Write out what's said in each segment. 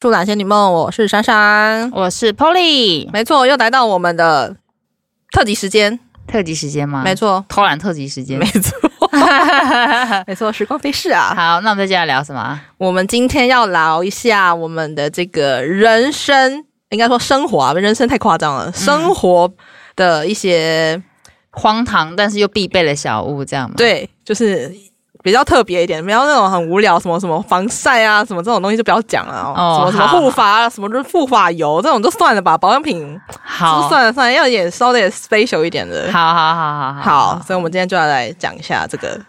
祝男仙女梦，我是珊珊。我是 Polly，没错，又来到我们的特辑时间。特辑时间吗？没，错，偷懒特辑啊时间没。错， 没错，时光飞逝啊。好，那我们接下来聊什么啊？我们今天要聊一下我们的这个人生，应该说生活啊，人生太夸张嗯了，生活的一些荒唐但是又必备的小物，这样吗？，对，就是比较特别一点，不要那种很无聊，什么什么防晒啊，什么这种东西就不要讲了哦。哦什么什么好护发啊，什么就是护发油这种就算了吧，保养品就好，好，算了算了，要也稍微 special 一点的。好，好，好，好，好，所以我们今天就要来讲一下这个，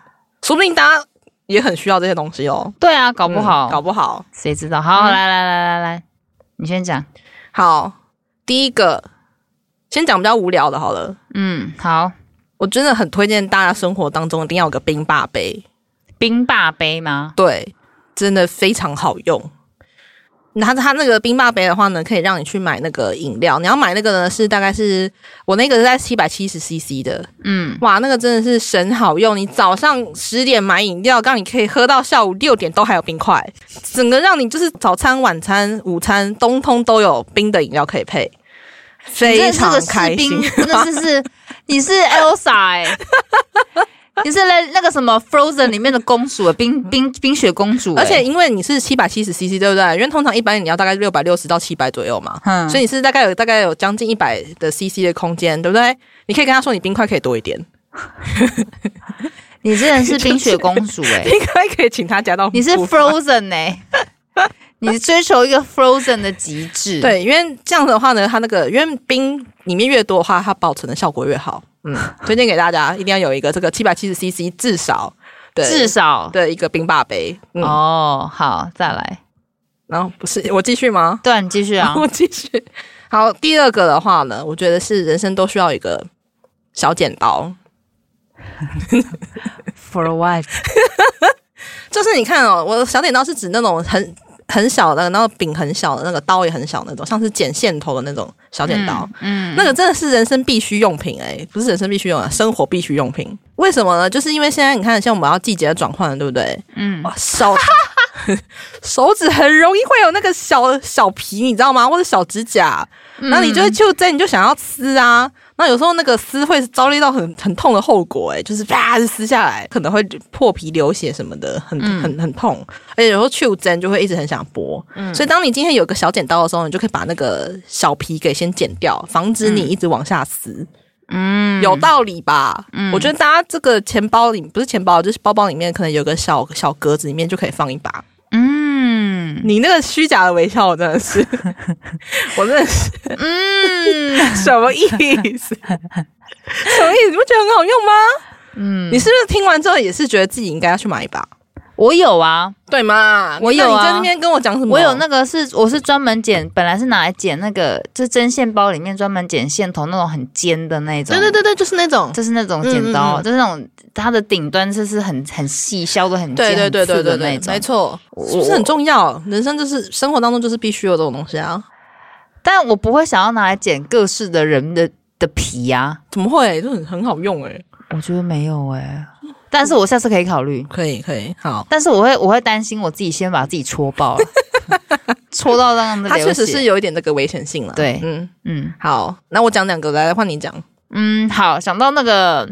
说不定大家也很需要这些东西哦。对啊，搞搞不好，搞不嗯好。谁知道？好，来来来来来，你先讲。好，第一个先讲比较无聊的，好了。嗯，好，我真的很推荐大家生活当中一定要有个冰霸杯，冰霸杯吗？对，真的非常好用。那它它那个冰霸杯的话呢，可以让你去买那个饮料。你要买那个呢是大概是我那个是在七百七十 CC 的，嗯，哇，那个真的是神好用！你早上十点买饮料，让你可以喝到下午六点都还有冰块，整个让你就是早餐、晚餐、午餐，通通都有冰的饮料可以配，非常开心你。真的是个士兵欸真的是是，你是 Elsa 哎、 你是那那个什么 Frozen 里面的公主欸，冰冰冰雪公主欸、而且因为你是七百七十 CC 对不对？因为通常一般饮料大概六百六十到七百左右嘛，嗯所以你是大概有大概有将近一百的 CC 的空间，对不对？你可以跟他说你冰块可以多一点，你真的是冰雪公主哎、冰块可以请他加到你是五 Frozen 呢、 你追求一个 Frozen 的极致。，对，因为这样子的话呢，它那个因为冰里面越多的话，它保存的效果越好。 嗯，推荐给大家，一定要有一个这个七百七十 CC 至少的至少、的一个冰霸杯。嗯，哦，好，再来，然后不是我继续吗？对啊，你继续 。啊我继续。好，第二个的话呢，我觉得是人生都需要一个小剪刀。 For what？就是你看哦，我的小剪刀是指那种很很小的，然后柄很小的那个刀也很小那种，像是剪线头的那种小剪刀。嗯，那个真的是人生必需用品哎、不是人生必需用啊，生活必需用品。为什么呢？就是因为现在你看，像我们要季节的转换了，对不对？嗯，哇，手 手指很容易会有那个小小皮，你知道吗？或者小指甲，然后你就会就在你就想要撕啊。那有时候那个撕会遭遇到很很痛的后果、哎，就是啪就撕下来，可能会破皮流血什么的，很嗯很很痛。而且有时候去针就会一直很想剥，所以当你今天有个小剪刀的时候，你就可以把那个小皮给先剪掉，防止你一直往下撕。嗯，有道理吧？我觉得大家这个钱包里不是钱包，就是包包里面可能有个小小格子，里面就可以放一把。嗯，你那个虚假的微笑，我真的 是，我真的是嗯， 什么意思？什么意思？你不觉得很好用吗？嗯，你是不是听完之后也是觉得自己应该要去买一把？我有啊，对嘛？我有啊那你在那边跟我讲什么？我有那个是我是专门剪，本来是拿来剪那个，就针线包里面专门剪线头那种很尖的那种。对嗯对对对，就是那种。就是那种剪刀，就是那种它的顶端就是很很细，削的很尖对对对对对很刺的那对，种没。错，是不是很重要？人生就是生活当中就是必须有这种东西啊！但我不会想要拿来剪各式的人的的皮啊呀、怎么会？就很很好用哎、我觉得没有哎、欸但是我下次可以考虑。可以可以，好。但是我会我会担心我自己先把自己戳 爆了，戳到让它它确实是有一点这个危险性了。对嗯，嗯好，那我讲两个，来换你讲。嗯好，想到那个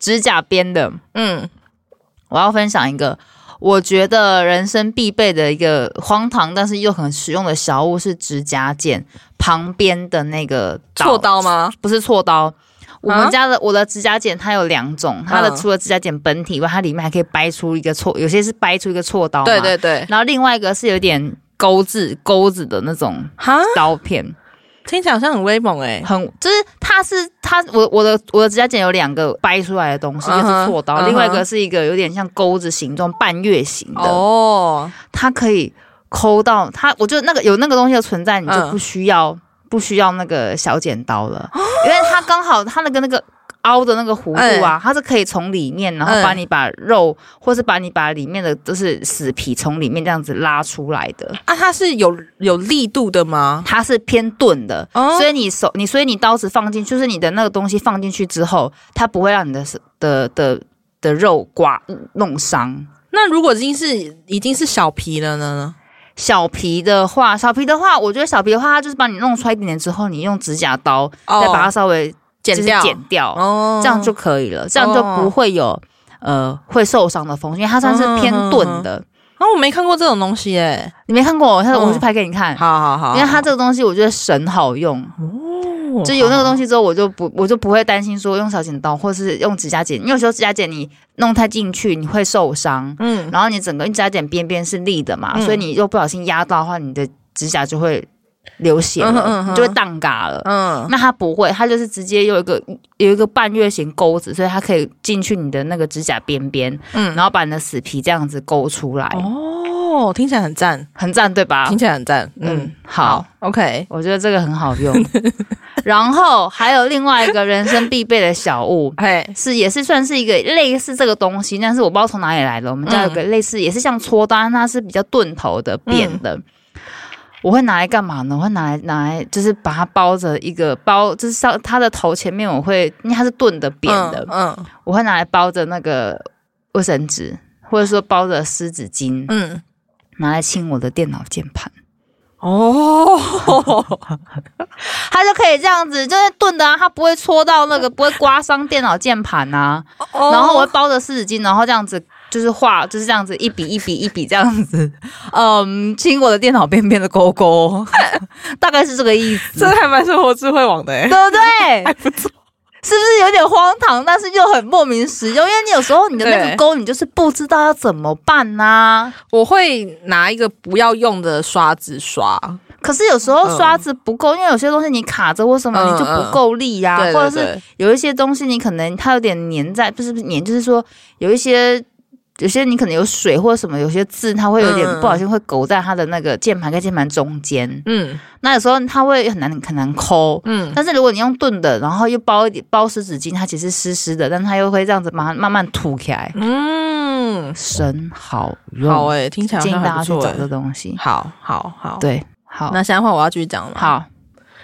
指甲边的，嗯，我要分享一个我觉得人生必备的一个荒唐但是又很实用的小物是指甲剪旁边的那个错，刀啊吗？不是锉刀。我们家的、我的指甲剪它有两种，它的嗯除了指甲剪本体以外，它里面还可以掰出一个锉，有些是掰出一个锉刀，对。对对，然后另外一个是有点钩子钩子的那种哈，刀片，听起来好像很威猛哎、很就是它是它我我的我的指甲剪有两个掰出来的东西，一个嗯是哼锉嗯刀哼另外一个是一个有点像钩子形状半月形的，哦，它可以抠到它，我就那个有那个东西的存在，你就嗯哦不需要、不需要那个小剪刀了，因为它刚好它那个那个凹的那个弧度哎啊，它是可以从里面，然后嗯把你把肉、或是把你把里面的就是死皮从里面这样子拉出来的，啊，它是有有力度的吗？它是偏钝的。哦所以你手你所以你刀子放进，就是你的那个东西放进去之后，它不会让你的的的的肉刮弄伤。那如果已经是已经是小皮了呢？小皮的话，小皮的话，我觉得小皮的话，它就是把你弄出来一点点之后，你用指甲刀、哦再把它稍微剪掉，就是剪掉，哦这样就可以了，这样就不会有、呃会受伤的风险，因为它算是嗯偏钝的。啊，我没看过这种东西欸耶。你没看过，下次我去嗯拍给你看。好好好，因为它这个东西，我觉得神好用，啊哦就有那个东西之后，我就不我就不会担心说用小剪刀或是用指甲剪，因为有时候指甲剪你弄太进去，你会受伤，嗯，然后你整个指甲剪边边是立的嘛，嗯所以你又不小心压到的话，你的指甲就会流血了，嗯哼嗯哼你就会荡嘎了。嗯那它不会，它就是直接有一个有一个半月形钩子，所以它可以进去你的那个指甲边边，嗯，然后把你的死皮这样子勾出来，哦，听起来很赞，很赞对吧听？起来很赞。嗯嗯，，好， ，OK，我觉得这个很好用。 然后还有另外一个人生必备的小物，嘿，是也是算是一个类似这个东西，但是我不知道从哪里来的。我们家有个嗯类似，也是像搓刀，但它是比较钝头的、扁嗯的。我会拿来干嘛呢？我会拿来拿来，就是把它包着一个包，就是上它的头前面，我会因为它是钝的、扁的，嗯我会拿来包着那个卫生纸，或者说包着湿纸巾，嗯， 嗯拿来清我的电脑键盘。哦，它就可以这样子，就是钝的啊，它不会戳到那个，不会刮伤电脑键盘呐、哦啊。然后我会包着湿纸巾，然后这样子就是画，就是这样子一笔一笔一笔这样子， 嗯，亲我的电脑边边的勾勾， 大概是这个意这思，还蛮生活智慧网的欸耶，对不对？还不错。是不是有点荒唐，但是又很莫名实用？因为你有时候你的那对个勾，你就是不知道要怎么办呐、我会拿一个不要用的刷子刷，可是有时候刷子不够，因为有些东西你卡着或什么，嗯你就不够力呀、对或对者是对，有一些东西你可能它有点粘在，不是不是粘，就是说有一些有些你可能有水或什么，有些字它会有点嗯不小心会勾在它的那个键盘跟键盘中间，嗯那有时候它会很难很难抠。嗯但是如果你用钝的，然后又包一点包湿纸巾，它其实湿湿的，但它又会这样子慢慢慢吐起来，嗯，神好用，好诶，听起来好建议像大还家不去错欸找诶。这东西。好好好，，对，好，那现在换我要继续讲了吗。好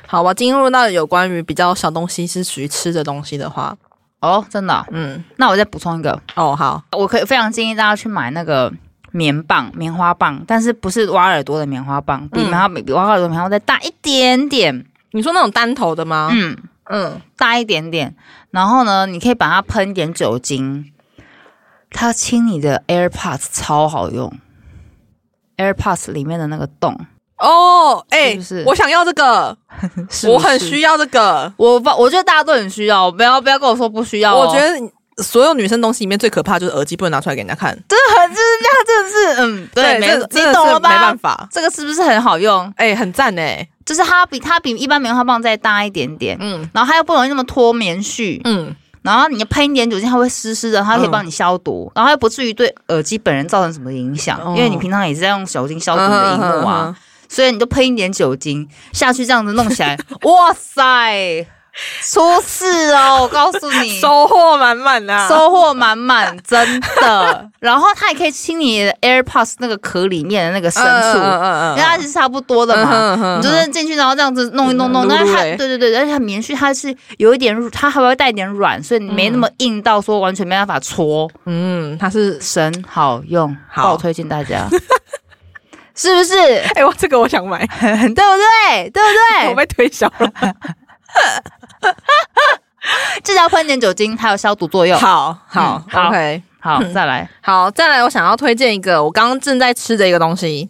好，我进入到有关于比较小东西是属于吃的东西的话，哦，真的哦、嗯，那我再补充一个，哦，好，我可以非常建议大家去买那个棉棒、棉花棒，但是不是挖耳朵的棉花棒，比嗯棉花比挖耳朵的棉花棒再大一点点，你说那种单头的吗？嗯，嗯，大一点点。然后呢，你可以把它喷一点酒精，它清你的 AirPods 超好用。AirPods 里面的那个洞，哦，哎、是不是我想要这个，是不是我很需要这个。我不，我觉得大家都很需要，不要不要跟我说不需要、哦我觉得所有女生东西里面最可怕就是耳机不能拿出来给人家看。很就是它真的是，嗯，对，没这错，真你的懂是了没办吧？法。这个是不是很好用？哎、很赞哎、就是它比它比一般棉花棒再大一点点，嗯然后它又不容易那么脱棉絮，嗯，然后你喷一点酒精，它会湿湿的，它可以帮你消毒，然后又不至于对耳机本人造成什么影响，哦嗯因为你平常也是在用酒精消毒你的荧幕啊，所以你就喷一点酒精下去，这样子弄 起来，哇塞，出事哦！我告诉嗯，嗯嗯 你。收获满满啊！收获满满，真的。然后它也可以清你的 AirPods 那个壳里面的那个深处，嗯因为它其实差不多的嘛。嗯你就是进去，然后这样子弄一弄弄，嗯但是它撸撸欸对对对，而且它棉絮它是有一点入，它还会带一点软，所以你没那么硬到说完全没办法搓。嗯，它是神好用，好爆推荐大家， 是不是？哎、我这个我想买，对不对？对我不对？被推销了。至少喷点酒精，它有消毒作用。好好、嗯好 o k 好，再来，好，再来，我想要推荐一个我刚刚正在吃的一个东西，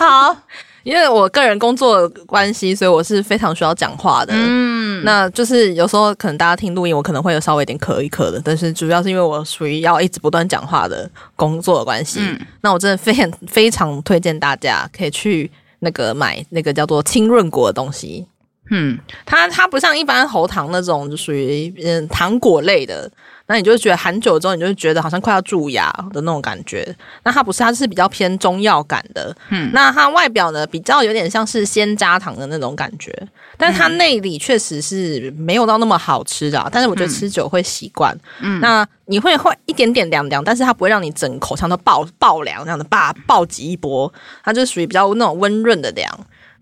好，因为我个人工作的关系，所以我是非常需要讲话的。嗯，那就是有时候可能大家听录音，我可能会有稍微有点咳一咳的，但是主要是因为我属于要一直不断讲话的工作的关系。嗯那我真的非常非常推荐大家可以去那个买那个叫做清润果的东西。嗯，它它不像一般喉糖那种，就属于嗯糖果类的。那你就会觉得含久之后，你就会觉得好像快要蛀牙的那种感觉。那它不是，它是比较偏中药感的。嗯那它外表呢，比较有点像是鲜榨糖的那种感觉，但它内里确实是没有到那么好吃的啊、但是我觉得吃久会习惯。嗯那你会会一点点凉凉，但是它不会让你整口腔都爆爆凉，那样的霸暴击一波。它就属于比较那种温润的凉。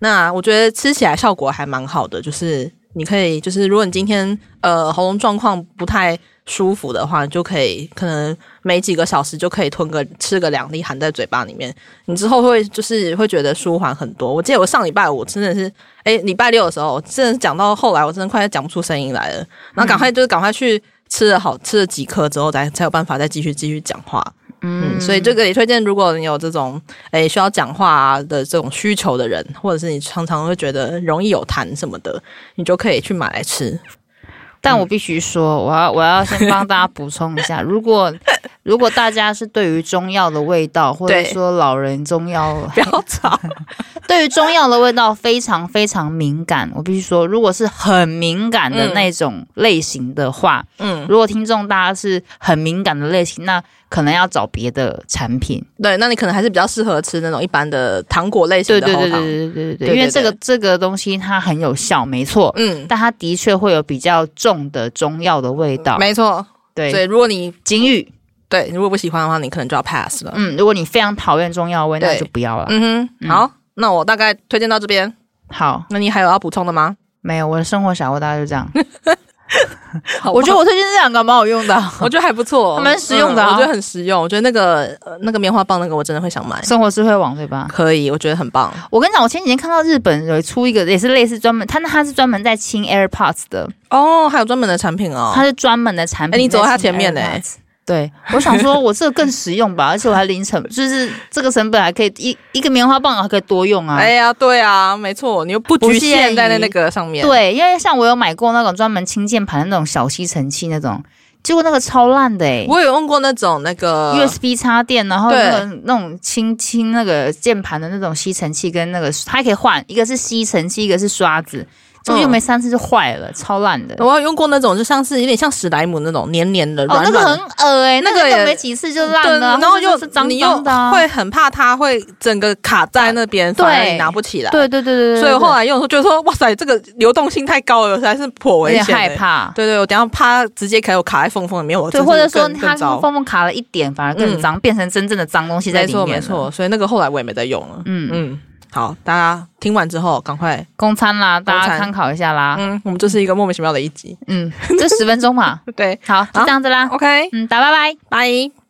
那我觉得吃起来效果还蛮好的，就是你可以，就是如果你今天呃喉咙状况不太舒服的话，你就可以可能每几个小时就可以吞个吃个两粒，含在嘴巴里面，你之后会就是会觉得舒缓很多。我记得我上礼拜五真的是，哎，礼拜六的时候，真的是讲到后来，我真的快讲不出声音来了，然后赶快嗯就是赶快去吃了好吃了几颗之后，才才有办法再继续继续讲话。嗯，所以这个也推荐，如果你有这种诶需要讲话、啊的这种需求的人，或者是你常常会觉得容易有痰什么的，你就可以去买来吃。但我必须说，我要我要先帮大家补充一下，嗯如果如果大家是对于中药的味道，或者对说老人中药，不 要吵，对于中药的味道非常非常敏感，我必须说，如果是很敏感的那种类型的话，嗯，如果听众大家是很敏感的类型，那可能要找别的产品。对，那你可能还是比较适合吃那种一般的糖果类型对的对喉对对糖。对对对对对，因为对这个对这个东西它很有效，没错，嗯，但它的确会有比较重的中药的味道。没错。所以对，如果你金玉，对如果不喜欢的话，你可能就要 pass 了。嗯，如果你非常讨厌中药味，那对就不要了。嗯哼，好，那我大概推荐到这边。好，那你还有要补充的吗？没有我的生活小味大概就这样。好 我觉得我推荐这两个蛮好用的， 啊我觉得还不错，蛮实用的嗯啊我觉得很实用。我觉得那个呃那个棉花棒那个我真的会想买， 生活智慧网对吧？可以，我觉得很棒。我跟你讲，我前几天看到日本有出一个也是类似专门，它那它是专门在清 AirPods 的，哦，还有专门的产品哦它。是专门的产品。哎你走在它前面呢嘞。对，我想说，我这个更实用吧，而且我还 零成，就是这个成本还可以一一个棉花棒还可以多用啊。哎呀，对啊，没错，你又不不局限限在那于那个上面。对，因为像我有买过那种专门清键盘的那种小吸尘器那种，结果那个超烂的哎、我有用过那种那个 USB 插电，然后对那个那种清清那个键盘的那种吸尘器跟那个，它还可以换，一个是吸尘器，一个是刷子，就嗯用没三次就坏了，超烂的。我有用过那种，就像是有点像史莱姆那种黏黏的、哦，软那个软的。很恶哎、那那个个也用没几次就对烂啊了，然后或者又是脏你脏又的、啊。会很怕它会整个卡在那边，反而对你拿不起来。对对对对对，所以我后来来用的时候觉得说，哇塞，这个流动性太高了，实在是颇有危点险、欸害。怕。对对，我等一下怕直接给我卡在缝缝里面，我对，真或者是说更它更糟。缝缝卡了一点，反而更脏，变成真正的脏东西在没里错面。没错，，所以那个后来我也没再用了。嗯嗯，嗯，好，大家听完之后赶快，公餐啦，大公家餐参考一下啦。嗯，我们这是一个莫名其妙的一集。嗯，这十分钟嘛，对好，就好这样子啦。 ，OK，嗯，打拜拜。拜。